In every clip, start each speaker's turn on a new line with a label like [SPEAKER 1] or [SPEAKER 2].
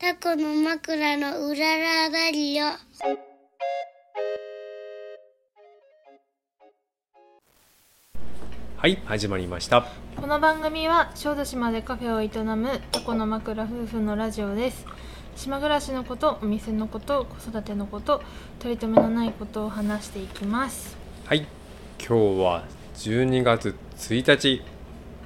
[SPEAKER 1] 過去の枕のうららだりよ。
[SPEAKER 2] はい始まりました
[SPEAKER 3] この番組は小豆島でカフェを営むタコの枕夫婦のラジオです島暮らしのことお店のこと子育てのこと取り留めのないことを話していきます
[SPEAKER 2] はい今日は12月1日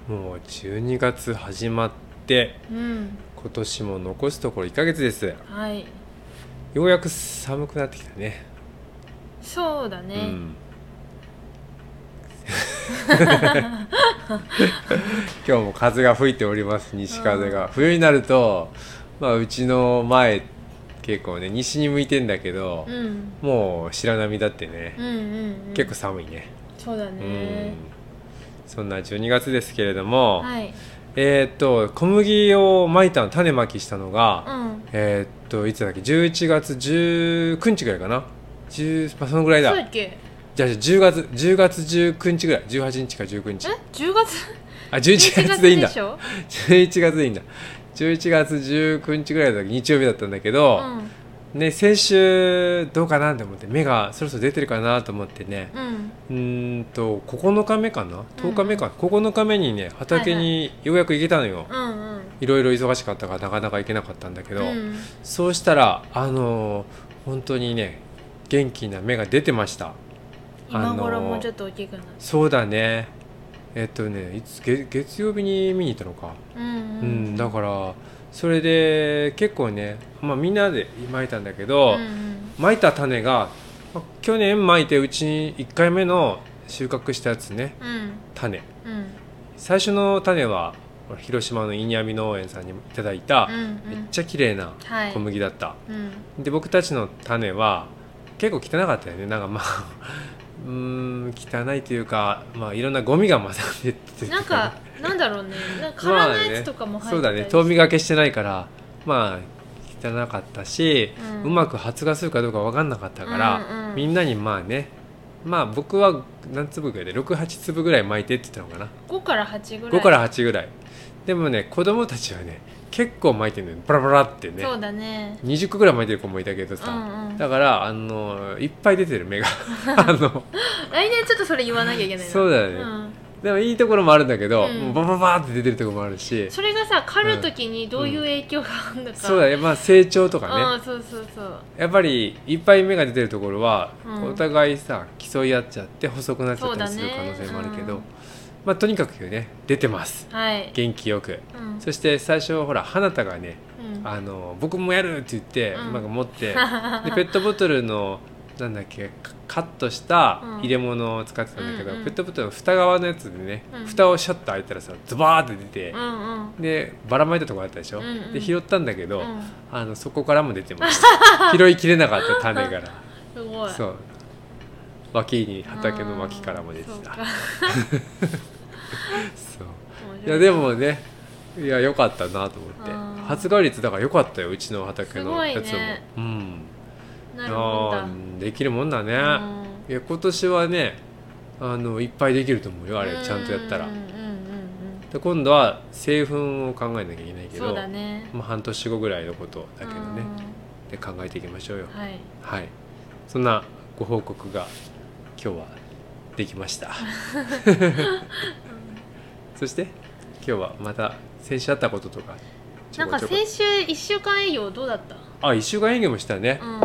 [SPEAKER 2] もう12月始まって
[SPEAKER 3] うん
[SPEAKER 2] 今年も残すところ1ヶ月ですよ
[SPEAKER 3] はいう
[SPEAKER 2] やく寒くなってきたね
[SPEAKER 3] そうだね、
[SPEAKER 2] うん 今日も風が吹いております西風が、冬になるとまあうちの前結構ね西に向いてんだけど
[SPEAKER 3] う、ん、
[SPEAKER 2] もう白波だってね
[SPEAKER 3] うん、うんうん
[SPEAKER 2] 結構寒いね
[SPEAKER 3] そうだ
[SPEAKER 2] うん
[SPEAKER 3] ね、
[SPEAKER 2] そんな12月ですけれども、
[SPEAKER 3] はい
[SPEAKER 2] えーっと小麦をまいたの種まきしたの
[SPEAKER 3] う
[SPEAKER 2] が、
[SPEAKER 3] ん
[SPEAKER 2] えーっといつだっけ11月19日ぐらいかな10、まあ、そのぐらいだ
[SPEAKER 3] そうだっけ
[SPEAKER 2] じゃあ10月10月19日ぐらい18日か19
[SPEAKER 3] え
[SPEAKER 2] 日
[SPEAKER 3] 10月
[SPEAKER 2] あ11月でいいんだ
[SPEAKER 3] 11しょ
[SPEAKER 2] 11月でいいんだ11月19日ぐらいだった日曜日だったんだけ
[SPEAKER 3] う
[SPEAKER 2] ど、
[SPEAKER 3] ん
[SPEAKER 2] ね先週どうかなって思って目がそろそろ出てるかなと思ってね、う
[SPEAKER 3] うん
[SPEAKER 2] ーんと9日目かな10日目か、9日目にね畑にようやく行けたのよ、い
[SPEAKER 3] うんうん
[SPEAKER 2] ろいろ忙しかったからなかなか行けなかったんだけど、
[SPEAKER 3] うん
[SPEAKER 2] そうしたらあのー本当にね元気な芽が出てました
[SPEAKER 3] 今頃もうちょっ
[SPEAKER 2] と
[SPEAKER 3] と大きくなる
[SPEAKER 2] そうだねえっとねいつ月月曜日に見に行ったのか
[SPEAKER 3] うん
[SPEAKER 2] うん、
[SPEAKER 3] うん
[SPEAKER 2] だからそれで結構ね、まあ、みんなでまいたんだけど、
[SPEAKER 3] うんうん
[SPEAKER 2] まいた種がまあ去年まいてうちに1回目の収穫したやつね
[SPEAKER 3] うん
[SPEAKER 2] 種
[SPEAKER 3] うん
[SPEAKER 2] 最初の種は広島のイニヤミ農園さんにいただいた、
[SPEAKER 3] うんうん
[SPEAKER 2] めっちゃ綺麗な
[SPEAKER 3] はい
[SPEAKER 2] 小麦だった、
[SPEAKER 3] うん
[SPEAKER 2] で僕たちの種は結構汚かったよねなんかまあ うーん汚いというかまあいろんなゴミが混ざってて
[SPEAKER 3] なんかなんだろうねなんか殻のやつとかも入ってた
[SPEAKER 2] そう
[SPEAKER 3] り
[SPEAKER 2] だね遠磨けしてないからまあ汚かったし、う
[SPEAKER 3] うん
[SPEAKER 2] まく発芽するかどうか分かんなかったから、
[SPEAKER 3] うんうん
[SPEAKER 2] みんなにまあねまあ僕は何粒ぐらいで68粒ぐらい巻いてって言ったのかな
[SPEAKER 3] 5から8ぐらい
[SPEAKER 2] 5から8ぐらいでもね子供たちはね結構巻いてるのよバラバラってね
[SPEAKER 3] そうだね
[SPEAKER 2] 20個ぐらい巻いてる子もいたけどさ、
[SPEAKER 3] うんうん
[SPEAKER 2] だからあのいっぱい出てる目 があの
[SPEAKER 3] 来年ちょっとそれ言わなきゃいけないな
[SPEAKER 2] そうだよね
[SPEAKER 3] ん
[SPEAKER 2] でもいいところもあるんだけど、
[SPEAKER 3] うん
[SPEAKER 2] もうバババーって出てるところもあるし
[SPEAKER 3] それがさ狩る時にどういう影響があるのか
[SPEAKER 2] そうだねまあ成長とか
[SPEAKER 3] う
[SPEAKER 2] ね
[SPEAKER 3] んそうそうそう
[SPEAKER 2] やっぱりいっぱい目が出てるところは、
[SPEAKER 3] うん
[SPEAKER 2] お互いさ競い合っちゃって細くなっちゃったりす
[SPEAKER 3] そう
[SPEAKER 2] る
[SPEAKER 3] だね
[SPEAKER 2] 可能性もあるけど、
[SPEAKER 3] うん
[SPEAKER 2] まあとにかくね出てます
[SPEAKER 3] はい
[SPEAKER 2] 元気よく
[SPEAKER 3] うん
[SPEAKER 2] そして最初ほら花田がね
[SPEAKER 3] うん
[SPEAKER 2] あの僕もやるって言って、
[SPEAKER 3] うん
[SPEAKER 2] なんか持って でペットボトルのなんだっけカカットした
[SPEAKER 3] うん
[SPEAKER 2] 入れ物を使ってたんだけど、
[SPEAKER 3] うんうん
[SPEAKER 2] ペットボトルの蓋側のやつでね、
[SPEAKER 3] うん
[SPEAKER 2] 蓋をシャッと開いたらさズバーって出て
[SPEAKER 3] う、んうん
[SPEAKER 2] でばらまいたとこあったでしょ、
[SPEAKER 3] うんうん
[SPEAKER 2] で拾ったんだけど、
[SPEAKER 3] うん
[SPEAKER 2] あのそこからも出てました 拾いきれなかった種から
[SPEAKER 3] すごい
[SPEAKER 2] そう脇に畑の脇からも出て
[SPEAKER 3] うんそう
[SPEAKER 2] た
[SPEAKER 3] か
[SPEAKER 2] そうい
[SPEAKER 3] 面白
[SPEAKER 2] やでもねいや良かったなと思って
[SPEAKER 3] あー
[SPEAKER 2] 発芽率だから良かったようちの畑のやつも、
[SPEAKER 3] すごいね
[SPEAKER 2] うん
[SPEAKER 3] なるほ
[SPEAKER 2] あ
[SPEAKER 3] ど
[SPEAKER 2] ーできるもんだね、
[SPEAKER 3] うん
[SPEAKER 2] いや今年はねあのいっぱいできると思うよあれちゃんとやったら
[SPEAKER 3] うんうんうんうん
[SPEAKER 2] で今度は製粉を考えなきゃいけない
[SPEAKER 3] うん
[SPEAKER 2] けど
[SPEAKER 3] そうだね
[SPEAKER 2] まあ、半年後ぐらいのことだけどね
[SPEAKER 3] う
[SPEAKER 2] で考えていきましょうよ
[SPEAKER 3] んはい
[SPEAKER 2] はいそんなご報告が今日はできま したそして今日はまた先週あったこととかち
[SPEAKER 3] な
[SPEAKER 2] ょ
[SPEAKER 3] ん
[SPEAKER 2] こ
[SPEAKER 3] か
[SPEAKER 2] ちょこ
[SPEAKER 3] 先週1週間営業どうだった
[SPEAKER 2] あ1週間営業もしたね、
[SPEAKER 3] うん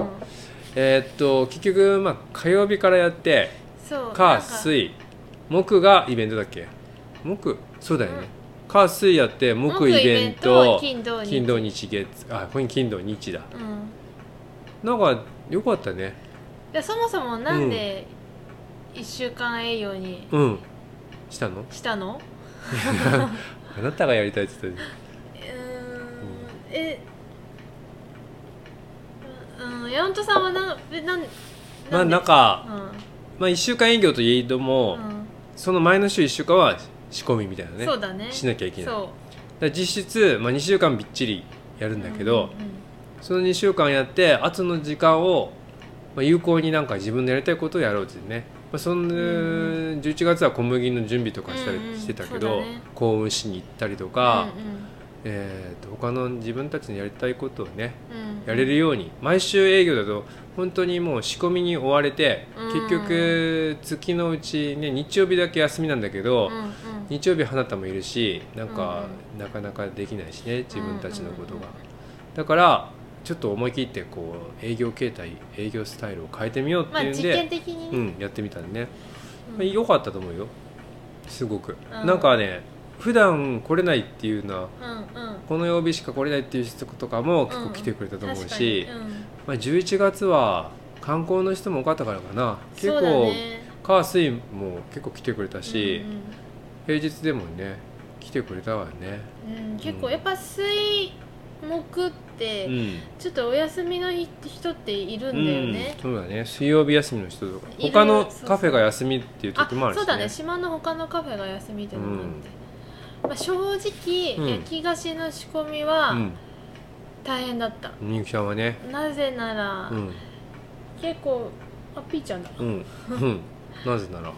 [SPEAKER 2] えーっと結局まあ火曜日からやって
[SPEAKER 3] そうなん
[SPEAKER 2] 火
[SPEAKER 3] か
[SPEAKER 2] 水木がイベントだっけ木そうだよね、火水やって木イベント
[SPEAKER 3] 木イベント金土日
[SPEAKER 2] 金土日月あこれ金土日だ
[SPEAKER 3] うん
[SPEAKER 2] なんかよかったね
[SPEAKER 3] でそもそもなんで1週間営業に
[SPEAKER 2] うんしたの
[SPEAKER 3] したの
[SPEAKER 2] あなたがやりたいって言ってた よ
[SPEAKER 3] うーんえうん山本さんはなえなん
[SPEAKER 2] まあ
[SPEAKER 3] で
[SPEAKER 2] なんか、
[SPEAKER 3] う
[SPEAKER 2] まあ、1週間営業といえども、
[SPEAKER 3] ん、うん
[SPEAKER 2] その前の週1週間は仕込みみたいなね
[SPEAKER 3] そうだね
[SPEAKER 2] しなきゃいけないだか
[SPEAKER 3] そ
[SPEAKER 2] ら実質、まあ、2週間びっちりやる
[SPEAKER 3] うん
[SPEAKER 2] だけど、
[SPEAKER 3] うんうん
[SPEAKER 2] その2週間やってあとの時間を、まあ、有効になんか自分のやりたいことをやろうってね、まあ、そんな
[SPEAKER 3] うん
[SPEAKER 2] 11月は小麦の準備とかしたり
[SPEAKER 3] うんうん
[SPEAKER 2] してたけど、
[SPEAKER 3] そうだね
[SPEAKER 2] 幸運しに行ったりとか、
[SPEAKER 3] うんうん
[SPEAKER 2] えーと他の自分たちのやりたいことをね
[SPEAKER 3] うん
[SPEAKER 2] やれるように毎週営業だと本当にもう仕込みに追われて
[SPEAKER 3] うん
[SPEAKER 2] 結局月のうちね日曜日だけ休みなんだけど
[SPEAKER 3] うんうん
[SPEAKER 2] 日曜日花田もいるしなんか
[SPEAKER 3] う
[SPEAKER 2] なかなかできないしね自分たちのこと
[SPEAKER 3] うんうん
[SPEAKER 2] が
[SPEAKER 3] うん
[SPEAKER 2] だからちょっと思い切ってこう営業形態営業スタイルを変えてみようっ
[SPEAKER 3] まあ
[SPEAKER 2] ていうん
[SPEAKER 3] 実験
[SPEAKER 2] で
[SPEAKER 3] 的にね、
[SPEAKER 2] うんやってみたんでね
[SPEAKER 3] うん
[SPEAKER 2] まあ良かったと思うよすごく
[SPEAKER 3] うん
[SPEAKER 2] なんかね普段来れないっていうのは
[SPEAKER 3] うんうん
[SPEAKER 2] この曜日しか来れないっていう人とかも結構来てくれたと思う
[SPEAKER 3] 確か
[SPEAKER 2] し
[SPEAKER 3] にうん
[SPEAKER 2] まあ、11月は観光の人も多かったからかな結
[SPEAKER 3] そうだ
[SPEAKER 2] 構、
[SPEAKER 3] ね
[SPEAKER 2] 火水も結構来てくれたし、
[SPEAKER 3] うんうん
[SPEAKER 2] 平日でもね来てくれたわよね
[SPEAKER 3] うん、結構やっぱ水木って、
[SPEAKER 2] うん
[SPEAKER 3] ちょっとお休みの日人っているんだよね
[SPEAKER 2] うん、、そうだね水曜日休みの人とか
[SPEAKER 3] いる
[SPEAKER 2] 他の
[SPEAKER 3] そうそう
[SPEAKER 2] カフェが休みっていう時もあ
[SPEAKER 3] あ
[SPEAKER 2] るし、
[SPEAKER 3] そ
[SPEAKER 2] ね、
[SPEAKER 3] うだね島の他のカフェが休みってのもあって、まあ、正直、
[SPEAKER 2] うん
[SPEAKER 3] 焼き菓子の仕込みは大変だった、
[SPEAKER 2] うんみゆきさんはね
[SPEAKER 3] なぜなら、
[SPEAKER 2] うん
[SPEAKER 3] 結構あピーちゃんだ、
[SPEAKER 2] うんうんなぜなら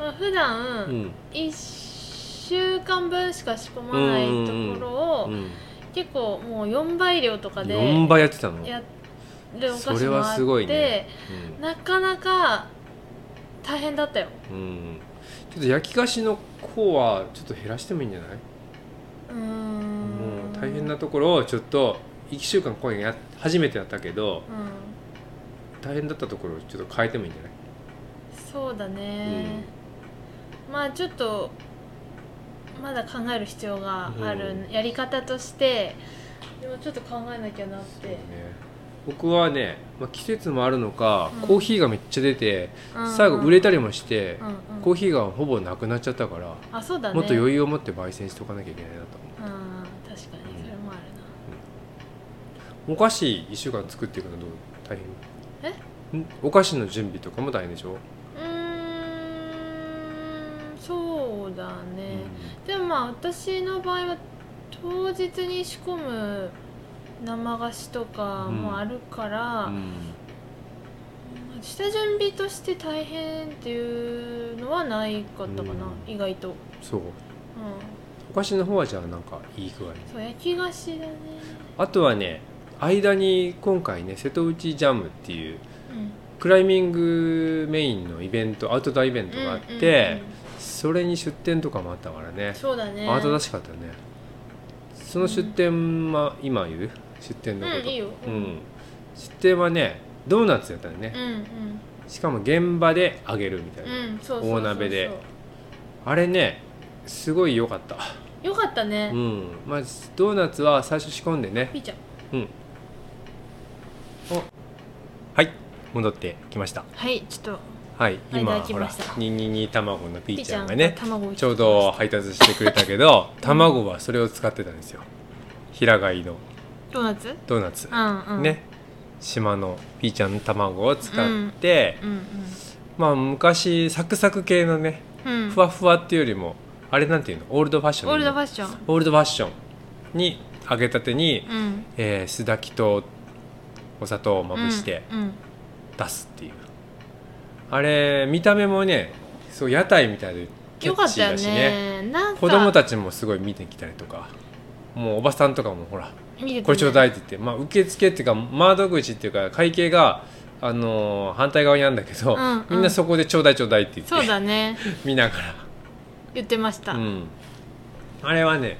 [SPEAKER 3] まあ、普段、
[SPEAKER 2] うん
[SPEAKER 3] 1週間分しか仕込まないところを、
[SPEAKER 2] うん
[SPEAKER 3] 結構もう4倍量とかで
[SPEAKER 2] 4倍やってたの
[SPEAKER 3] やるお菓
[SPEAKER 2] そ
[SPEAKER 3] 子
[SPEAKER 2] れ
[SPEAKER 3] もあ
[SPEAKER 2] は
[SPEAKER 3] っ
[SPEAKER 2] すごい
[SPEAKER 3] て、
[SPEAKER 2] ね
[SPEAKER 3] なかなか大変だったよ、
[SPEAKER 2] うん、うん、ちょっと焼き菓子の方はちょっと減らしてもいいんじゃないう
[SPEAKER 3] ーん
[SPEAKER 2] もう大変なところをちょっと1週間今夜や初めてやったけど
[SPEAKER 3] うん
[SPEAKER 2] 大変だったところをちょっと変えてもいいんじゃない
[SPEAKER 3] そうだね、まあちょっとまだ考える必要がある、
[SPEAKER 2] うん
[SPEAKER 3] やり方としてでもちょっと考えなきゃなっ
[SPEAKER 2] そう
[SPEAKER 3] て
[SPEAKER 2] ね、僕はね、まあ、季節もあるのか、
[SPEAKER 3] うん
[SPEAKER 2] コーヒーがめっちゃ出て
[SPEAKER 3] うん
[SPEAKER 2] 最後売れたりもして
[SPEAKER 3] う、んうん
[SPEAKER 2] コーヒーがほぼなくなっちゃったから、
[SPEAKER 3] あそうだね
[SPEAKER 2] もっと余裕を持って焙煎しとかなきゃいけないなと思
[SPEAKER 3] うん確かにそれもあるな、
[SPEAKER 2] うお菓子1週間作っていくのどう大変んお菓子の準備とかも大変でしょ、
[SPEAKER 3] うーんそうだね、でもまあ私の場合は当日に仕込む生菓子とかもあるから、
[SPEAKER 2] うん
[SPEAKER 3] 下準備として大変っていうのはないかったかな、
[SPEAKER 2] うん
[SPEAKER 3] 意外と、うん、
[SPEAKER 2] そうお菓子の方はじゃあなんかいい具合に
[SPEAKER 3] そう焼き菓子だね、
[SPEAKER 2] あとはね間に今回ね瀬戸内ジャムっていう
[SPEAKER 3] うん、
[SPEAKER 2] クライミングメインのイベントアウトドアイベントがあって、
[SPEAKER 3] うんうんうん
[SPEAKER 2] それに出店とかもあったからね
[SPEAKER 3] そうだね
[SPEAKER 2] 慌ただしかったねその出店は、今言う出店のこ
[SPEAKER 3] うん
[SPEAKER 2] と
[SPEAKER 3] いいよ
[SPEAKER 2] うん出店はねドーナツやったよね
[SPEAKER 3] う、んうん
[SPEAKER 2] しかも現場で揚げるみたいな、
[SPEAKER 3] うんそうそうそうそう
[SPEAKER 2] 大鍋であれねすごい良かった、
[SPEAKER 3] よかった
[SPEAKER 2] う
[SPEAKER 3] ね、
[SPEAKER 2] んまあ、ドーナツは最初仕込んでね
[SPEAKER 3] ピーちゃん
[SPEAKER 2] うんおはい戻ってきました
[SPEAKER 3] はいちょっと
[SPEAKER 2] はい今
[SPEAKER 3] 間空き
[SPEAKER 2] ほら
[SPEAKER 3] ました
[SPEAKER 2] 222卵のピ
[SPEAKER 3] ピ
[SPEAKER 2] ー
[SPEAKER 3] ー
[SPEAKER 2] ち
[SPEAKER 3] ちゃ
[SPEAKER 2] ゃん
[SPEAKER 3] ん
[SPEAKER 2] が
[SPEAKER 3] が
[SPEAKER 2] ね
[SPEAKER 3] 卵を
[SPEAKER 2] ちょうど配達してくれたけど卵はそれを使ってたんですよ平飼いの
[SPEAKER 3] ドーナツ
[SPEAKER 2] ドーナツ
[SPEAKER 3] う、んうん
[SPEAKER 2] ね島のピーちゃんの卵を使って、
[SPEAKER 3] うん
[SPEAKER 2] まあ昔サクサク系のね
[SPEAKER 3] うんうん
[SPEAKER 2] ふわふわっていうよりもあれなんていうのオールドファッション
[SPEAKER 3] オールドファ
[SPEAKER 2] ッ
[SPEAKER 3] ッション
[SPEAKER 2] オールドファッションに揚げたてに、
[SPEAKER 3] うん
[SPEAKER 2] えーすだきとお砂糖をまぶして
[SPEAKER 3] うんうん
[SPEAKER 2] 出すっていう、あれ見た目もねそう屋台みたいでキャ
[SPEAKER 3] よか
[SPEAKER 2] ッ
[SPEAKER 3] っ
[SPEAKER 2] チ
[SPEAKER 3] た
[SPEAKER 2] ー
[SPEAKER 3] よ
[SPEAKER 2] だし
[SPEAKER 3] ねなんか
[SPEAKER 2] 子供たちもすごい見てきたりとかもうおばさんとかもほら
[SPEAKER 3] 見て
[SPEAKER 2] これちょうだ
[SPEAKER 3] い
[SPEAKER 2] いって言って、まあ、受付っていうか窓口っていうか会計が、あのー反対側にあるんだけど、
[SPEAKER 3] うんうん
[SPEAKER 2] みんなそこでちょうだいちょうだいって言って
[SPEAKER 3] そうだね
[SPEAKER 2] 見なが
[SPEAKER 3] 言ってました、
[SPEAKER 2] ら、うん、あれはね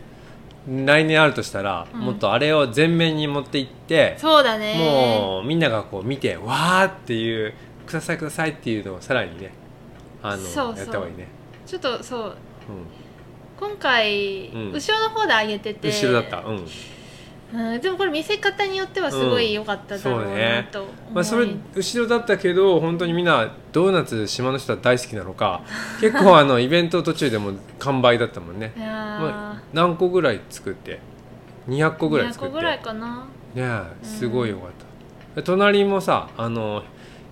[SPEAKER 2] 来年あるとしたら、
[SPEAKER 3] うん
[SPEAKER 2] もっとあれを前面に持っていって
[SPEAKER 3] そうだね
[SPEAKER 2] もうみんながこう見てわーっていう「くださいください」っていうのをさらにねあの
[SPEAKER 3] そうそう
[SPEAKER 2] やった方がいいね、
[SPEAKER 3] ちょっとそう
[SPEAKER 2] う
[SPEAKER 3] 今回、
[SPEAKER 2] うん
[SPEAKER 3] 後ろの方で上げて
[SPEAKER 2] ん、
[SPEAKER 3] て
[SPEAKER 2] 後ろだった、うん
[SPEAKER 3] うんでもこれ見せ方によってはすごい良かっただろうなと思い、
[SPEAKER 2] まあ、それ後ろだったけど本当にみんなドーナツ島の人は大好きなのか結構あのイベント途中でも完売だったもんね
[SPEAKER 3] いやー、
[SPEAKER 2] まあ何個ぐらい作って200個ぐらい
[SPEAKER 3] 200
[SPEAKER 2] 作
[SPEAKER 3] 個
[SPEAKER 2] って
[SPEAKER 3] ぐらいかな
[SPEAKER 2] ねえすごいよかった、で隣もさあの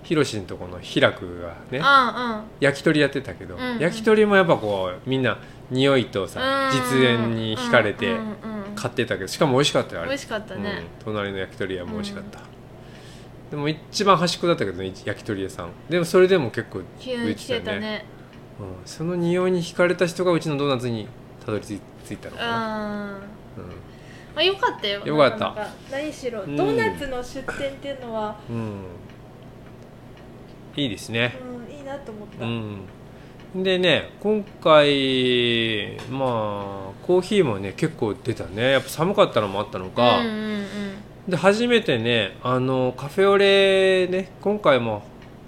[SPEAKER 2] ひろしんとこのひらくがね
[SPEAKER 3] あ
[SPEAKER 2] 焼き鳥やってたけど、
[SPEAKER 3] うんうん
[SPEAKER 2] 焼き鳥もやっぱこうみんな匂いと
[SPEAKER 3] うん
[SPEAKER 2] さ
[SPEAKER 3] うん
[SPEAKER 2] 実演に惹かれて
[SPEAKER 3] うんうんうん
[SPEAKER 2] 買ってたけどしかも美味しかったよあれ
[SPEAKER 3] 美味しかったね、
[SPEAKER 2] うん、隣の焼き鳥屋も美味しかった、でも一番端っこだったけどね焼き鳥屋さんでもそれでも結構
[SPEAKER 3] 急に来てたね
[SPEAKER 2] うん、その匂いに惹かれた人がうちのドーナツにたどり着いたの
[SPEAKER 3] う
[SPEAKER 2] かな、
[SPEAKER 3] ん
[SPEAKER 2] うん
[SPEAKER 3] あよかったよ
[SPEAKER 2] よかった
[SPEAKER 3] なな何しろ
[SPEAKER 2] うん
[SPEAKER 3] ドーナツの出店っていうのは、
[SPEAKER 2] うんいいですね
[SPEAKER 3] うん、いいなと思った、
[SPEAKER 2] うんでね今回まあコーヒーもね結構出たねやっぱ寒かったのもあったのか、
[SPEAKER 3] うんうんうん
[SPEAKER 2] で初めてねあのカフェオレね今回も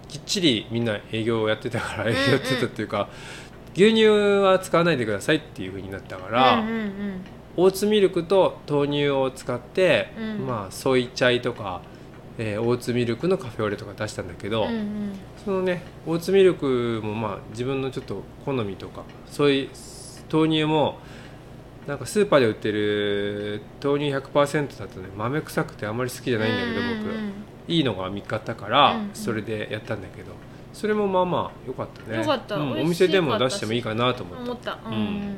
[SPEAKER 2] きっちりみんな営業をやってたから営
[SPEAKER 3] ん
[SPEAKER 2] 業やってたっていうか、牛乳は使わないでくださいっていう風になったから、
[SPEAKER 3] うんうんうん
[SPEAKER 2] オーツミルクと豆乳を使って、
[SPEAKER 3] うん
[SPEAKER 2] まあソイチャイとか、えーオーツミルクのカフェオレとか出したんだけど、
[SPEAKER 3] うんうん
[SPEAKER 2] そのねオーツミルクもまあ自分のちょっと好みとかそういう豆乳もなんかスーパーで売ってる豆乳100%だとね豆臭くてあんまり好きじゃないんだけど、
[SPEAKER 3] う
[SPEAKER 2] 僕
[SPEAKER 3] ん
[SPEAKER 2] いいのが見っかったから、
[SPEAKER 3] うんうん
[SPEAKER 2] それでやったんだけどそれもまあまあ良かったね
[SPEAKER 3] 良かった
[SPEAKER 2] うん
[SPEAKER 3] 美味しか
[SPEAKER 2] お店
[SPEAKER 3] った
[SPEAKER 2] でも出してもいいかなと思
[SPEAKER 3] うん
[SPEAKER 2] っ
[SPEAKER 3] うん
[SPEAKER 2] た
[SPEAKER 3] 思った、うん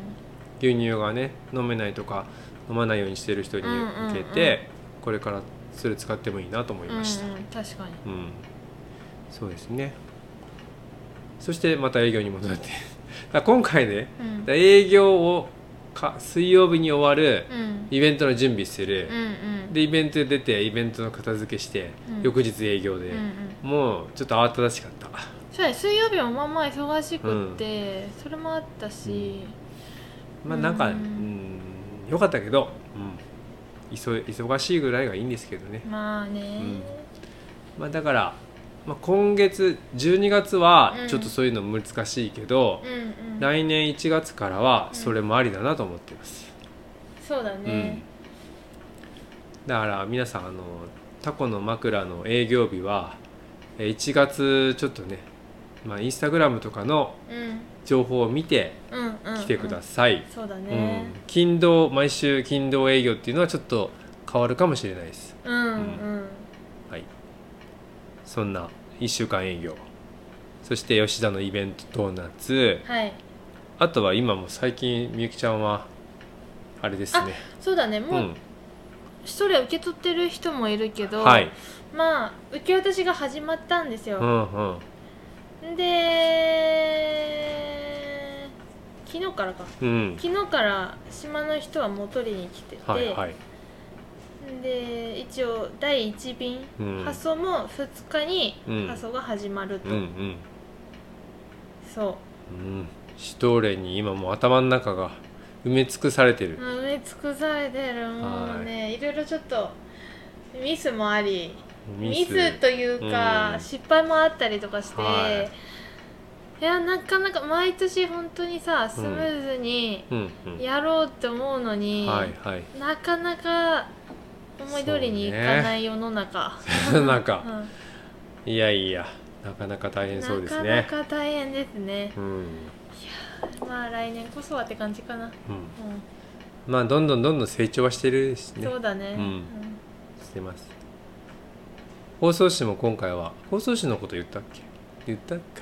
[SPEAKER 2] 牛乳がね飲めないとか飲まないようにしてる人に向けて、
[SPEAKER 3] うんうん
[SPEAKER 2] これからそれ使ってもいいなと思い
[SPEAKER 3] うんうん
[SPEAKER 2] ました、
[SPEAKER 3] 確かに
[SPEAKER 2] うん、そうですねそしてまた営業に戻って だから今回ね
[SPEAKER 3] うん
[SPEAKER 2] だから営業をか水曜日に終わる
[SPEAKER 3] うん
[SPEAKER 2] イベントの準備する
[SPEAKER 3] う、んうん
[SPEAKER 2] でイベントで出てイベントの片付けして、
[SPEAKER 3] うん
[SPEAKER 2] 翌日営業で、
[SPEAKER 3] うんうん
[SPEAKER 2] もうちょっと慌ただしかった
[SPEAKER 3] そうや水曜日もまあまあ忙しくって、それもあったし、
[SPEAKER 2] まあなんかう
[SPEAKER 3] うん
[SPEAKER 2] ん良かったけど、うん、忙忙しいぐらいがいいんですけどね、
[SPEAKER 3] まあね、
[SPEAKER 2] んまあ、だから、まあ、今月12月は
[SPEAKER 3] うん
[SPEAKER 2] ちょっとそういうの難しいけど、
[SPEAKER 3] うんうん
[SPEAKER 2] 来年1月からは
[SPEAKER 3] うん
[SPEAKER 2] それもありだなと思ってます、
[SPEAKER 3] そうだ
[SPEAKER 2] うん
[SPEAKER 3] ね、
[SPEAKER 2] だから皆さんあのタコの枕の営業日はえー1月ちょっとね、まあ、インスタグラムとかの
[SPEAKER 3] うん、うん
[SPEAKER 2] 情報を見て
[SPEAKER 3] うんうん
[SPEAKER 2] 来てください、
[SPEAKER 3] そうだ
[SPEAKER 2] うん
[SPEAKER 3] ね、
[SPEAKER 2] 勤労毎週勤労営業っていうのはちょっと変わるかもしれないです
[SPEAKER 3] うん、うん
[SPEAKER 2] そんな1週間営業そして吉田のイベントドーナツ
[SPEAKER 3] はい
[SPEAKER 2] あとは今も最近みゆきちゃんはあれですね
[SPEAKER 3] そうだねも
[SPEAKER 2] う
[SPEAKER 3] うん一人受け取ってる人もいるけど、
[SPEAKER 2] はい
[SPEAKER 3] まあ受け渡しが始まったんです
[SPEAKER 2] う
[SPEAKER 3] よ、
[SPEAKER 2] んうん
[SPEAKER 3] で昨日からか
[SPEAKER 2] うん
[SPEAKER 3] 昨日から島の人はもう取りに来てて、
[SPEAKER 2] はいはい
[SPEAKER 3] で一応第1便、
[SPEAKER 2] うん
[SPEAKER 3] 発送も2日
[SPEAKER 2] うん
[SPEAKER 3] に発送が始まると、
[SPEAKER 2] うんうん
[SPEAKER 3] そ
[SPEAKER 2] うんシュトーレンに今もう頭の中が埋め尽くされて
[SPEAKER 3] う
[SPEAKER 2] る
[SPEAKER 3] 埋め尽くされてるもうねいろいろちょっとミスもありミスというか、
[SPEAKER 2] うん
[SPEAKER 3] 失敗もあったりとかして、、
[SPEAKER 2] はい
[SPEAKER 3] やなかなか毎年本当にさスムーズに
[SPEAKER 2] うんうん
[SPEAKER 3] やろうって思うのに、
[SPEAKER 2] はいはい
[SPEAKER 3] なかなか思い通りにいかない世の中、
[SPEAKER 2] なんか
[SPEAKER 3] うん
[SPEAKER 2] いやいやなかなか大変そうです
[SPEAKER 3] な
[SPEAKER 2] ね
[SPEAKER 3] かなか大変ですね
[SPEAKER 2] うん
[SPEAKER 3] まあ来年こそはって感じかな、
[SPEAKER 2] うん
[SPEAKER 3] う
[SPEAKER 2] まあどんどんどんどん成長はしてるし
[SPEAKER 3] ん、
[SPEAKER 2] ね
[SPEAKER 3] そうだね、
[SPEAKER 2] うんしてます放送紙も今回は放送紙のこと言ったっけ言ったっけ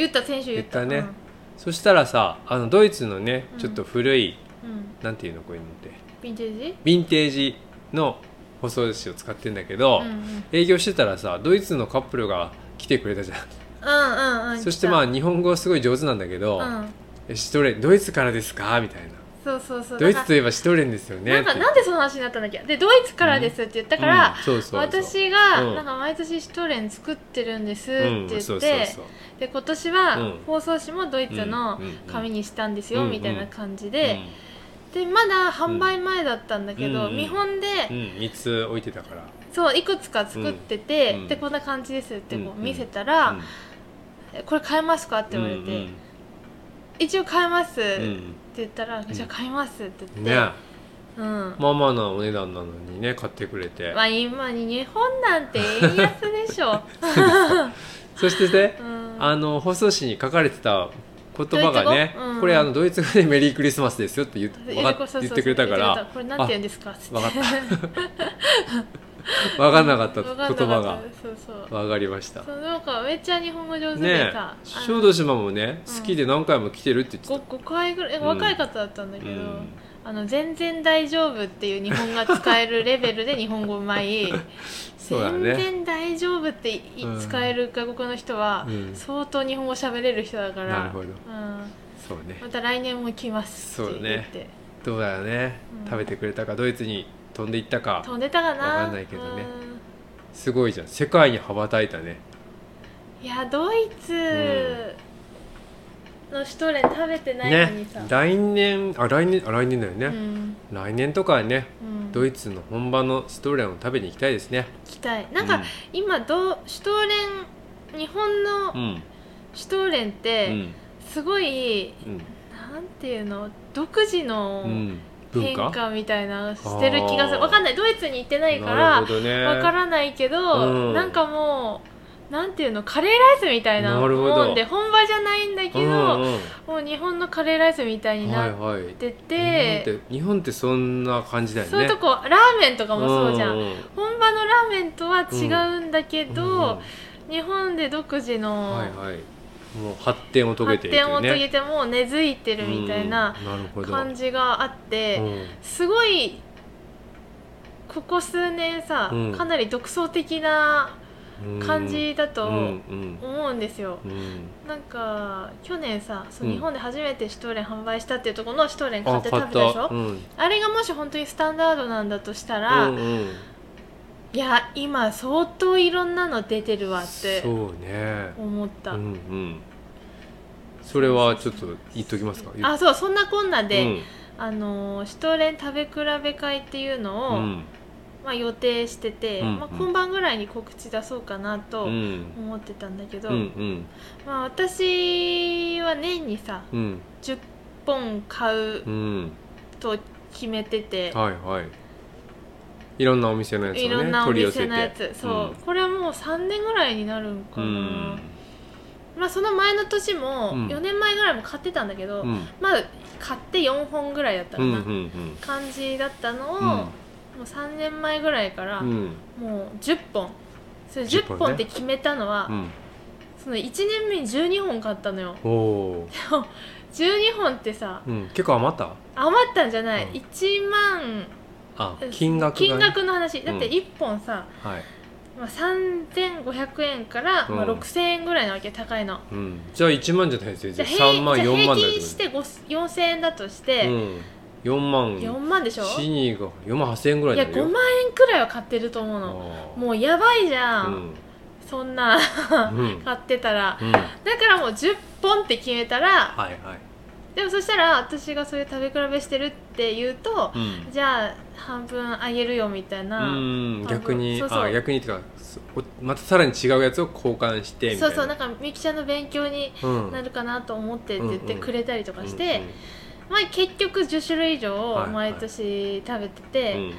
[SPEAKER 3] 言った選手言った
[SPEAKER 2] 言ったねそしたらさあのドイツのね
[SPEAKER 3] うん
[SPEAKER 2] ちょっと古い、
[SPEAKER 3] うん、うん
[SPEAKER 2] なんていうのこういうのって
[SPEAKER 3] ヴィンテージ
[SPEAKER 2] ヴィンテージの放送紙を使ってんだけど、
[SPEAKER 3] うんうん
[SPEAKER 2] 営業してたらさドイツのカップルが来てくれたじゃん、
[SPEAKER 3] うんうんうん
[SPEAKER 2] そしてま
[SPEAKER 3] あ
[SPEAKER 2] あ日本語すごい上手なんだけど
[SPEAKER 3] うん、
[SPEAKER 2] 「えシュトレンドイツからですか?」みたいな
[SPEAKER 3] そうそうそ
[SPEAKER 2] 「
[SPEAKER 3] う
[SPEAKER 2] ドイツ
[SPEAKER 3] だ
[SPEAKER 2] と
[SPEAKER 3] か
[SPEAKER 2] いえばシュトレンですよ
[SPEAKER 3] ら
[SPEAKER 2] ね」
[SPEAKER 3] なんか
[SPEAKER 2] って
[SPEAKER 3] なんでその話になったんだっけでドイツからですって言ったから、
[SPEAKER 2] うんそうそうそう
[SPEAKER 3] 私が、
[SPEAKER 2] うん
[SPEAKER 3] なんか毎年シュトレン作ってるんですっ
[SPEAKER 2] う
[SPEAKER 3] て言っ
[SPEAKER 2] ん
[SPEAKER 3] て、
[SPEAKER 2] そうそうそう
[SPEAKER 3] で今年は
[SPEAKER 2] うん
[SPEAKER 3] 放送紙もドイツの
[SPEAKER 2] うんうんうん
[SPEAKER 3] 紙にしたんですよ、
[SPEAKER 2] うんうん
[SPEAKER 3] みたいな感じで、でまだ販売前だったんだけど、
[SPEAKER 2] うんうん
[SPEAKER 3] 見本で、
[SPEAKER 2] うん、うん、3つ置いてたから、
[SPEAKER 3] そういくつか作ってて、
[SPEAKER 2] うん
[SPEAKER 3] でこんな感じですってこ
[SPEAKER 2] うんう
[SPEAKER 3] うん見せたら、
[SPEAKER 2] うん
[SPEAKER 3] えこれ買えますか?」って言われて「一応買えます」
[SPEAKER 2] うんう
[SPEAKER 3] って
[SPEAKER 2] ん
[SPEAKER 3] 言ったら「
[SPEAKER 2] ん
[SPEAKER 3] じゃあ買います」って
[SPEAKER 2] う
[SPEAKER 3] 言
[SPEAKER 2] ん、
[SPEAKER 3] っ
[SPEAKER 2] ね
[SPEAKER 3] て、うん
[SPEAKER 2] まあまあなお値段なのにね買ってくれて、
[SPEAKER 3] まあ今に日本なんて円安で しょ、
[SPEAKER 2] そしてね、
[SPEAKER 3] うん、
[SPEAKER 2] あの放送紙に書かれてた言葉がね、
[SPEAKER 3] ドイツ語うん
[SPEAKER 2] これあのドイツ語で「メリークリスマスですよ」って言っ
[SPEAKER 3] え
[SPEAKER 2] 分かっ
[SPEAKER 3] そうそうそう
[SPEAKER 2] 言ってくれたか
[SPEAKER 3] 言ってくれ
[SPEAKER 2] ら
[SPEAKER 3] たこれなんて言うんですか?」って
[SPEAKER 2] 分かった 分かんなかった
[SPEAKER 3] わかんなかった
[SPEAKER 2] 言葉が
[SPEAKER 3] そうそう
[SPEAKER 2] 分かりました
[SPEAKER 3] そうなんかめっちゃ日本語上手
[SPEAKER 2] ね
[SPEAKER 3] で
[SPEAKER 2] え
[SPEAKER 3] さ、あ
[SPEAKER 2] 小
[SPEAKER 3] の
[SPEAKER 2] 豆島もね好きで何回も来てるって言って
[SPEAKER 3] 5, 5回ぐらいえ
[SPEAKER 2] うん
[SPEAKER 3] 若い方だったんだ
[SPEAKER 2] た、
[SPEAKER 3] け
[SPEAKER 2] う
[SPEAKER 3] ど、
[SPEAKER 2] ん、
[SPEAKER 3] あの全然大丈夫っていう日本が使えるレベルで日本語うまい
[SPEAKER 2] そうだ
[SPEAKER 3] 全
[SPEAKER 2] ね
[SPEAKER 3] 然大丈夫ってい
[SPEAKER 2] うん
[SPEAKER 3] 使える外国の人は
[SPEAKER 2] うん
[SPEAKER 3] 相当日本語喋れる人だから、
[SPEAKER 2] なるほど
[SPEAKER 3] うん、
[SPEAKER 2] そうね
[SPEAKER 3] また来年も来ます
[SPEAKER 2] そ
[SPEAKER 3] っ
[SPEAKER 2] う
[SPEAKER 3] て
[SPEAKER 2] だ
[SPEAKER 3] 言
[SPEAKER 2] ね
[SPEAKER 3] って
[SPEAKER 2] どうだよね、
[SPEAKER 3] うん
[SPEAKER 2] 食べてくれたかドイツに飛んでいったか
[SPEAKER 3] 飛んでたかな
[SPEAKER 2] わかんないけどねすごいじゃん世界に羽ばたいたね
[SPEAKER 3] うんいやドイツのシュトレン食べてないの
[SPEAKER 2] ね
[SPEAKER 3] にさ、
[SPEAKER 2] 来年あ来年あ来年だよね、
[SPEAKER 3] うん
[SPEAKER 2] 来年とかはね
[SPEAKER 3] うん、
[SPEAKER 2] ドイツの本場のストーレンを食べに行きたいですね
[SPEAKER 3] 行きたいなんか、今どうシュトレン日本
[SPEAKER 2] う
[SPEAKER 3] の
[SPEAKER 2] ん
[SPEAKER 3] シュトレンっ
[SPEAKER 2] う
[SPEAKER 3] て
[SPEAKER 2] ん
[SPEAKER 3] すごい、
[SPEAKER 2] うん
[SPEAKER 3] なんていうの独自の
[SPEAKER 2] うん文
[SPEAKER 3] 変
[SPEAKER 2] 化
[SPEAKER 3] 化みたいなのしてる気がす
[SPEAKER 2] あー
[SPEAKER 3] るわかんないドイツに行ってないか
[SPEAKER 2] な
[SPEAKER 3] ら
[SPEAKER 2] るほどね
[SPEAKER 3] わからないけど、
[SPEAKER 2] うん
[SPEAKER 3] なんかもうなんていうのカレーライスみたいな
[SPEAKER 2] なるほど
[SPEAKER 3] もんで本場じゃないんだ
[SPEAKER 2] う
[SPEAKER 3] けど、
[SPEAKER 2] ん
[SPEAKER 3] もう日本のカレーライスみたい
[SPEAKER 2] うん
[SPEAKER 3] に
[SPEAKER 2] は
[SPEAKER 3] ないっ
[SPEAKER 2] はい
[SPEAKER 3] てて、
[SPEAKER 2] 日本って日本ってそんな感じだよね
[SPEAKER 3] そういうとこラーメンとかもそうじゃん、
[SPEAKER 2] ん
[SPEAKER 3] 本場のラーメンとは違うんだけど、日本で独自
[SPEAKER 2] うん
[SPEAKER 3] の
[SPEAKER 2] はいはいもう発展を遂げて
[SPEAKER 3] 発
[SPEAKER 2] いるという
[SPEAKER 3] 展を遂げ
[SPEAKER 2] ね
[SPEAKER 3] てもう根付いてるみたいな
[SPEAKER 2] うんなるほど
[SPEAKER 3] 感じがあって、
[SPEAKER 2] うん
[SPEAKER 3] すごいここ数年さ、
[SPEAKER 2] うん
[SPEAKER 3] かなり独創的な
[SPEAKER 2] うん
[SPEAKER 3] 感じだと
[SPEAKER 2] うんうん
[SPEAKER 3] 思うんですよ、
[SPEAKER 2] うん
[SPEAKER 3] なんか去年さそう
[SPEAKER 2] うん
[SPEAKER 3] 日本で初めてシュトーレン販売したっていうところのシュトーレン買
[SPEAKER 2] あ
[SPEAKER 3] って食
[SPEAKER 2] 買
[SPEAKER 3] べた
[SPEAKER 2] っ
[SPEAKER 3] でしたょあ,、
[SPEAKER 2] うん
[SPEAKER 3] れがもし本当にスタンダードなんだとしたら、
[SPEAKER 2] うんうん
[SPEAKER 3] いや今相当いろんなの出てるわって
[SPEAKER 2] そうね
[SPEAKER 3] 思った、
[SPEAKER 2] うんうんそれはちょっと言っときますか
[SPEAKER 3] あそうそんなこんなで、
[SPEAKER 2] うん
[SPEAKER 3] あのーシュトーレン食べ比べ会っていうのを、
[SPEAKER 2] うん
[SPEAKER 3] まあ、予定してて、
[SPEAKER 2] うんうん
[SPEAKER 3] まあ、今晩ぐらいに告知出そうかなと
[SPEAKER 2] うん
[SPEAKER 3] 思ってたんだけど、
[SPEAKER 2] うんうん
[SPEAKER 3] まあ、私は年にさ
[SPEAKER 2] うん
[SPEAKER 3] 10本買う
[SPEAKER 2] うん
[SPEAKER 3] と決めてて、
[SPEAKER 2] はいはいいろんなお店のやつをね
[SPEAKER 3] いろんなお
[SPEAKER 2] 取り寄
[SPEAKER 3] 店
[SPEAKER 2] せ
[SPEAKER 3] の
[SPEAKER 2] て
[SPEAKER 3] やつ、そう、これはもう3年ぐらいになるんか
[SPEAKER 2] う
[SPEAKER 3] な、
[SPEAKER 2] ん
[SPEAKER 3] まあ、その前の年も
[SPEAKER 2] うん
[SPEAKER 3] 4年前ぐらいも買ってたんだけど、
[SPEAKER 2] うんうん
[SPEAKER 3] まあ買って4本ぐらいだった
[SPEAKER 2] う
[SPEAKER 3] か
[SPEAKER 2] んう
[SPEAKER 3] な、
[SPEAKER 2] ん
[SPEAKER 3] 感じだったのを、
[SPEAKER 2] うん
[SPEAKER 3] もう3年前ぐらいから、
[SPEAKER 2] うん
[SPEAKER 3] もう10本それ
[SPEAKER 2] 10
[SPEAKER 3] 10
[SPEAKER 2] 本ね
[SPEAKER 3] 本って決めたのは、
[SPEAKER 2] うん
[SPEAKER 3] その1年目に12本買ったのよ
[SPEAKER 2] おおー
[SPEAKER 3] 12本ってさ
[SPEAKER 2] うん結構余った
[SPEAKER 3] 余ったんじゃない、
[SPEAKER 2] うん
[SPEAKER 3] 1万
[SPEAKER 2] あ金額がね
[SPEAKER 3] 金額の話だっ
[SPEAKER 2] う
[SPEAKER 3] て
[SPEAKER 2] ん
[SPEAKER 3] 1本さ、
[SPEAKER 2] はい
[SPEAKER 3] まあ、3500円から、まあ、
[SPEAKER 2] うん
[SPEAKER 3] 6000円ぐらいなわけ高いの
[SPEAKER 2] うんじゃあ1万じゃないですよ
[SPEAKER 3] じゃあ
[SPEAKER 2] 3万
[SPEAKER 3] 平じゃあ
[SPEAKER 2] 4
[SPEAKER 3] 平
[SPEAKER 2] 万だ
[SPEAKER 3] 均して5 4000円だとし
[SPEAKER 2] う
[SPEAKER 3] て、
[SPEAKER 2] ん4万
[SPEAKER 3] 4万でしょ
[SPEAKER 2] シニーが4万8000円ぐらい
[SPEAKER 3] い
[SPEAKER 2] に
[SPEAKER 3] や
[SPEAKER 2] なるよ
[SPEAKER 3] 5万円くらいは買ってると思うの
[SPEAKER 2] あー
[SPEAKER 3] もうやばいじゃん、
[SPEAKER 2] うん
[SPEAKER 3] そんな
[SPEAKER 2] うん
[SPEAKER 3] 買ってたら
[SPEAKER 2] うん
[SPEAKER 3] だからもう10本って決めたら
[SPEAKER 2] はいはい
[SPEAKER 3] でもそしたら私がそういう食べ比べしてるって言うと、
[SPEAKER 2] うん
[SPEAKER 3] じゃあ半分あげるよみたいな、
[SPEAKER 2] うん逆に
[SPEAKER 3] そうそう
[SPEAKER 2] あ逆にっていうかそおまたさらに違うやつを交換してみた
[SPEAKER 3] そ
[SPEAKER 2] いうな
[SPEAKER 3] そうなんかみゆきちゃんの勉強に
[SPEAKER 2] うん
[SPEAKER 3] なるかなと思ってって言ってくれたりとか
[SPEAKER 2] う
[SPEAKER 3] して
[SPEAKER 2] ん、
[SPEAKER 3] まあ、結局10種類以上毎年食べてて、い
[SPEAKER 2] うん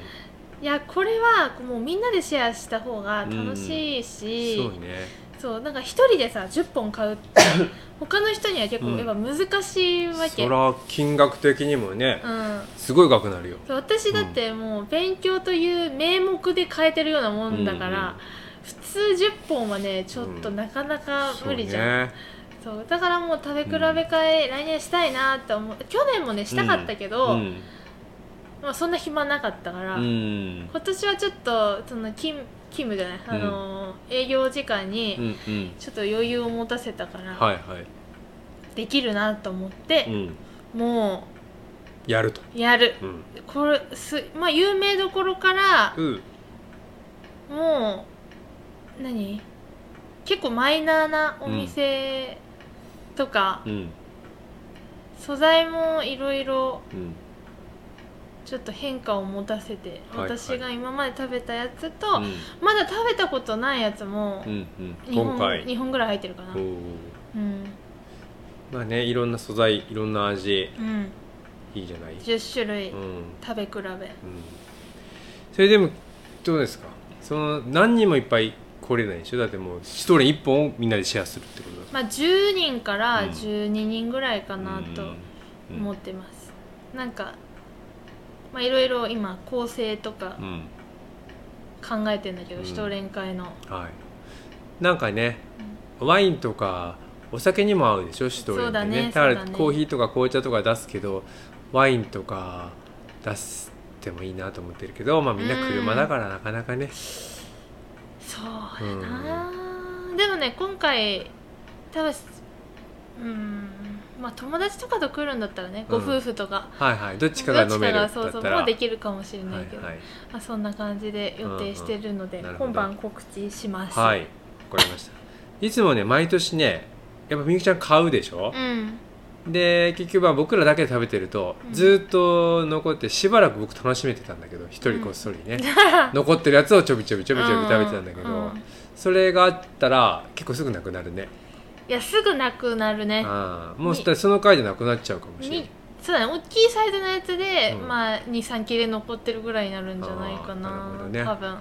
[SPEAKER 3] やこれはもうみんなでシェアした方が楽しいし、
[SPEAKER 2] そうね
[SPEAKER 3] そうなんか一人でさ10本買うって 他の人には結構やっぱ難しいわけ、
[SPEAKER 2] そ
[SPEAKER 3] うん
[SPEAKER 2] ら金額的にもねすごい額になるよ
[SPEAKER 3] そう私だってもう勉強という名目で変えてるようなもんだから、
[SPEAKER 2] うんうん
[SPEAKER 3] 普通10本はねちょっとなかなか無理じゃん、
[SPEAKER 2] ん
[SPEAKER 3] そうだからもう食べ比べ会、来年したいなって思う去年もねしたかったけど、
[SPEAKER 2] うん
[SPEAKER 3] まあ、そんな暇なかったから、
[SPEAKER 2] うん
[SPEAKER 3] 今年はちょっとその勤勤務じゃない、あのー営業時
[SPEAKER 2] う
[SPEAKER 3] 間に
[SPEAKER 2] んうん
[SPEAKER 3] ちょっと余裕を持たせたから、
[SPEAKER 2] はいはい
[SPEAKER 3] できるなと思って
[SPEAKER 2] う、ん
[SPEAKER 3] も
[SPEAKER 2] やると
[SPEAKER 3] うやる
[SPEAKER 2] うん
[SPEAKER 3] これすまあ有名どころから
[SPEAKER 2] うん
[SPEAKER 3] もう何結構マイナーなお店とか、
[SPEAKER 2] うん
[SPEAKER 3] 素材もいろいろ
[SPEAKER 2] うん
[SPEAKER 3] ちょっと変化を持たせて、
[SPEAKER 2] はいはい
[SPEAKER 3] 私が今まで食べたやつと、
[SPEAKER 2] うん
[SPEAKER 3] まだ食べたことないやつも、
[SPEAKER 2] うんうん
[SPEAKER 3] 日本
[SPEAKER 2] 今回
[SPEAKER 3] 日本ぐらい入ってるかな
[SPEAKER 2] お
[SPEAKER 3] うん、
[SPEAKER 2] ーまあねいろんな素材いろんな味
[SPEAKER 3] うん、
[SPEAKER 2] いいじゃない
[SPEAKER 3] 10種類
[SPEAKER 2] うん
[SPEAKER 3] 食べ比
[SPEAKER 2] うんそれでもどうですかその何人もいっぱい来れないでしょだってもう一人一本をみんなでシェアするってことだ
[SPEAKER 3] べ、まあ、10人か
[SPEAKER 2] う
[SPEAKER 3] ら
[SPEAKER 2] ん
[SPEAKER 3] 12人ぐらいかなと
[SPEAKER 2] うん
[SPEAKER 3] 思ってます、なんかまあいろいろ今構成とか
[SPEAKER 2] うんうん
[SPEAKER 3] 考えてんだけど、
[SPEAKER 2] うん
[SPEAKER 3] シュトーレン会の
[SPEAKER 2] はいなんかねワインとかお酒にも合うでしょシュトーレンってね
[SPEAKER 3] そうだね
[SPEAKER 2] から
[SPEAKER 3] そうだね
[SPEAKER 2] コーヒーとか紅茶とか出すけどワインとか出してもいいなと思ってるけどまあみんな車だからなかなかね
[SPEAKER 3] そうやな、でもね今回多分うんまあ友達とかと来るんだったらね
[SPEAKER 2] う
[SPEAKER 3] ご
[SPEAKER 2] ん
[SPEAKER 3] 夫婦とか、
[SPEAKER 2] はいはいどっちかが飲める
[SPEAKER 3] ど
[SPEAKER 2] だ
[SPEAKER 3] っ
[SPEAKER 2] っ
[SPEAKER 3] ち
[SPEAKER 2] た
[SPEAKER 3] かがそうそう
[SPEAKER 2] ら
[SPEAKER 3] もうできるかもしれないけど、
[SPEAKER 2] はい
[SPEAKER 3] まあ、そんな感じで予定してるので、
[SPEAKER 2] うんうんなるほど
[SPEAKER 3] 今晩告知します
[SPEAKER 2] はい、はい、わかりましたいつもね毎年ねやっぱみゆきちゃん買うでしょ
[SPEAKER 3] う、ん
[SPEAKER 2] で結局は僕らだけで食べてると、
[SPEAKER 3] うん
[SPEAKER 2] ずーっと残ってしばらく僕楽しめてたんだけど一人こっそりね、 残ってるやつをちょびちょびちょびちょび食べてたんだけど、
[SPEAKER 3] うう
[SPEAKER 2] それがあったら結構すぐなくなるね
[SPEAKER 3] いやすぐなくなるね
[SPEAKER 2] ああもうそしたらその回でなくなっちゃうかもしれない
[SPEAKER 3] にそうだね大きいサイズのやつで、
[SPEAKER 2] うん
[SPEAKER 3] まあ23切れ残ってるぐらいになるんじゃないかな
[SPEAKER 2] あーなるほどね
[SPEAKER 3] 多分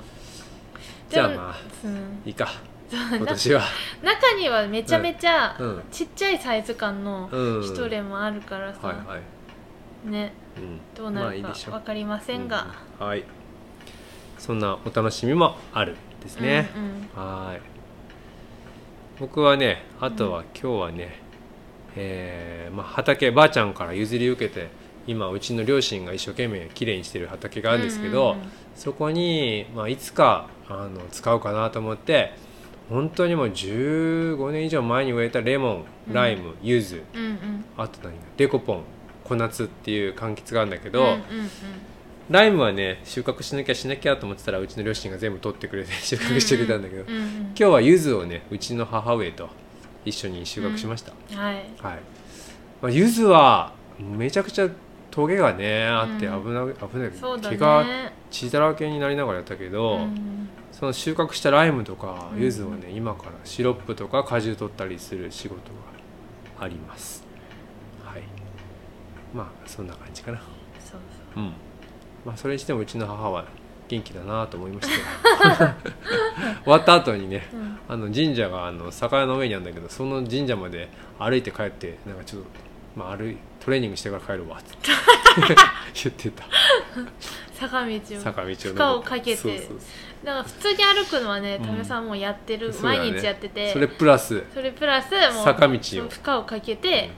[SPEAKER 2] じゃあまあ
[SPEAKER 3] でもうん
[SPEAKER 2] いいか
[SPEAKER 3] そう
[SPEAKER 2] 今
[SPEAKER 3] な
[SPEAKER 2] 年は
[SPEAKER 3] 中にはめちゃめちゃ
[SPEAKER 2] うん
[SPEAKER 3] ちっちゃいサイズ感の
[SPEAKER 2] うん
[SPEAKER 3] シュトレもあるからさ、
[SPEAKER 2] はいはい、
[SPEAKER 3] ね
[SPEAKER 2] うん、
[SPEAKER 3] どうな
[SPEAKER 2] まあい
[SPEAKER 3] る
[SPEAKER 2] い
[SPEAKER 3] か
[SPEAKER 2] でしょう
[SPEAKER 3] わかりませんが、
[SPEAKER 2] うんはいそんなお楽しみもあるですね、
[SPEAKER 3] うんうん
[SPEAKER 2] はーい僕はねあとは今日はね、えーまあ、畑ばあちゃんから譲り受けて今うちの両親が一生懸命きれいにしてる畑があるんですけど、
[SPEAKER 3] うんうんうん
[SPEAKER 2] そこに、まあ、いつかあの使うかなと思って本当にもう15年以上前に植えたレモンライム、柚子
[SPEAKER 3] うんうん
[SPEAKER 2] あと何だデコポン小夏っていう柑橘があるんだけど、
[SPEAKER 3] うんうんうん
[SPEAKER 2] ライムはね収穫しなきゃしなきゃと思ってたらうちの両親が全部取ってくれ て収穫してくれたんだけど、
[SPEAKER 3] うんうん
[SPEAKER 2] 今日は柚子をねうちの母上と一緒に収穫しました、
[SPEAKER 3] はい
[SPEAKER 2] はい、まあ、柚子はめちゃくちゃトゲがねあって
[SPEAKER 3] うん
[SPEAKER 2] 危ない、危ない、
[SPEAKER 3] そうだ
[SPEAKER 2] 毛が
[SPEAKER 3] ね
[SPEAKER 2] 血だらけになりながらやったけど、
[SPEAKER 3] うん
[SPEAKER 2] その収穫したライムとか
[SPEAKER 3] うん
[SPEAKER 2] 柚子をね、今からシロップとか果汁取ったりする仕事がありますはいまあそんな感じかな
[SPEAKER 3] そうそう
[SPEAKER 2] うんまあそれにしてもうちの母は元気だなと思いま したよ終わった後にね
[SPEAKER 3] うん
[SPEAKER 2] あの神社があの酒屋の上にあるんだけどその神社まで歩いて帰ってなんかちょっと、まあ、歩いトレーニングしてから帰るわっ つって言ってた
[SPEAKER 3] 坂道を
[SPEAKER 2] 坂道を登って
[SPEAKER 3] 負荷をかけて
[SPEAKER 2] そうそうそう
[SPEAKER 3] だから普通に歩くのはね
[SPEAKER 2] うん
[SPEAKER 3] 田部さんもやってる、
[SPEAKER 2] そうだね
[SPEAKER 3] 毎日やってて
[SPEAKER 2] それプラス
[SPEAKER 3] それプラスもう
[SPEAKER 2] 坂道を
[SPEAKER 3] 負荷をかけて、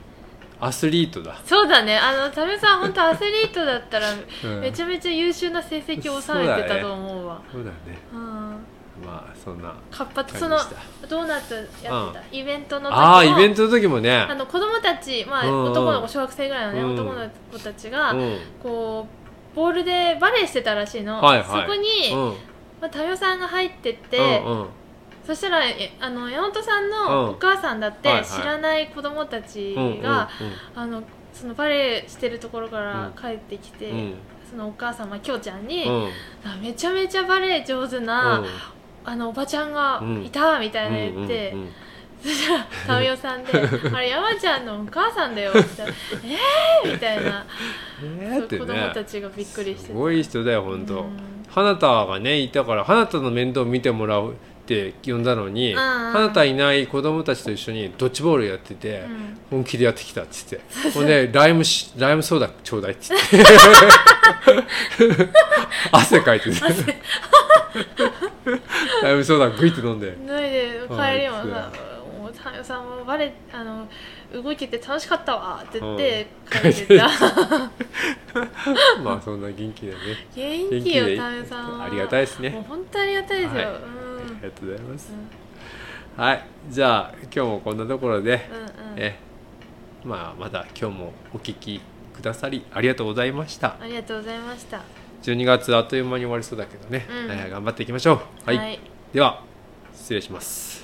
[SPEAKER 2] アスリートだ、
[SPEAKER 3] そうだねあの田部さん本当アスリートだったら
[SPEAKER 2] うん
[SPEAKER 3] めちゃめちゃ優秀な成績を収めてたと思うわ
[SPEAKER 2] そうだね
[SPEAKER 3] うん
[SPEAKER 2] まあそんな
[SPEAKER 3] 活発そ
[SPEAKER 2] 感
[SPEAKER 3] の
[SPEAKER 2] じでした
[SPEAKER 3] ドーナツやってた、イベントの時も
[SPEAKER 2] ああイベントの時もね
[SPEAKER 3] あの子供たち、まあ、
[SPEAKER 2] うんうん
[SPEAKER 3] 男の子小学生ぐらいのね、
[SPEAKER 2] うん
[SPEAKER 3] 男の子たちが、
[SPEAKER 2] うん
[SPEAKER 3] こうボールでバレーしてたらしいの、
[SPEAKER 2] はいはい
[SPEAKER 3] そこに、
[SPEAKER 2] うん
[SPEAKER 3] まあ、太陽さんが入ってって、
[SPEAKER 2] うんうん
[SPEAKER 3] そしたらえあの山本さんの
[SPEAKER 2] うん
[SPEAKER 3] お母さんだって、
[SPEAKER 2] はいはい
[SPEAKER 3] 知らない子供たちが、
[SPEAKER 2] うんうん
[SPEAKER 3] あのそのバレーしてるところから
[SPEAKER 2] うん
[SPEAKER 3] 帰ってきて、
[SPEAKER 2] うんうん
[SPEAKER 3] そのお母様きょうちゃんに、
[SPEAKER 2] うん
[SPEAKER 3] あめちゃめちゃバレー上手な、あのおばちゃんがいた、みたいな言って。
[SPEAKER 2] うんうんうん
[SPEAKER 3] そしたらタミオ さんで「あれ山ちゃんのお母さんだよ」って言ったら「えー!」みたいな
[SPEAKER 2] え
[SPEAKER 3] そ
[SPEAKER 2] ー
[SPEAKER 3] う
[SPEAKER 2] って
[SPEAKER 3] 子供た
[SPEAKER 2] ね
[SPEAKER 3] ちがびっくりして
[SPEAKER 2] す
[SPEAKER 3] た
[SPEAKER 2] ごい人だよ本当、
[SPEAKER 3] うん
[SPEAKER 2] 花田がねいたから花田の面倒を見てもらうって呼んだのに、
[SPEAKER 3] うんうん
[SPEAKER 2] 花田いない子供たちと一緒にドッジボールやってて、
[SPEAKER 3] うん
[SPEAKER 2] 本気でやってきたっ つって「ほんでライムしライムソーダちょうだい」っつって汗かいてて ライムソーダグイって飲んで
[SPEAKER 3] 脱いで帰りも
[SPEAKER 2] あ
[SPEAKER 3] さ「もうタミオさんもバレあの動けて楽しかったわ」って言って
[SPEAKER 2] うん
[SPEAKER 3] 帰ってた
[SPEAKER 2] まあそんな元気だね
[SPEAKER 3] 元
[SPEAKER 2] 元
[SPEAKER 3] 気
[SPEAKER 2] 気で
[SPEAKER 3] よタミオさんは
[SPEAKER 2] ありがたいですね
[SPEAKER 3] もう本当ありがたいですよ、
[SPEAKER 2] はい
[SPEAKER 3] う
[SPEAKER 2] あ
[SPEAKER 3] ん
[SPEAKER 2] りがとうございます
[SPEAKER 3] うん、
[SPEAKER 2] はいじゃあ今日もこんなところで、
[SPEAKER 3] うんうん
[SPEAKER 2] えまあまた今日もお聞きくださりありがとうございました
[SPEAKER 3] ありがとうございました
[SPEAKER 2] 12月あっという間に終わりそうだけどね、
[SPEAKER 3] うん
[SPEAKER 2] えー頑張っていきましょうはい、
[SPEAKER 3] はい
[SPEAKER 2] では失礼します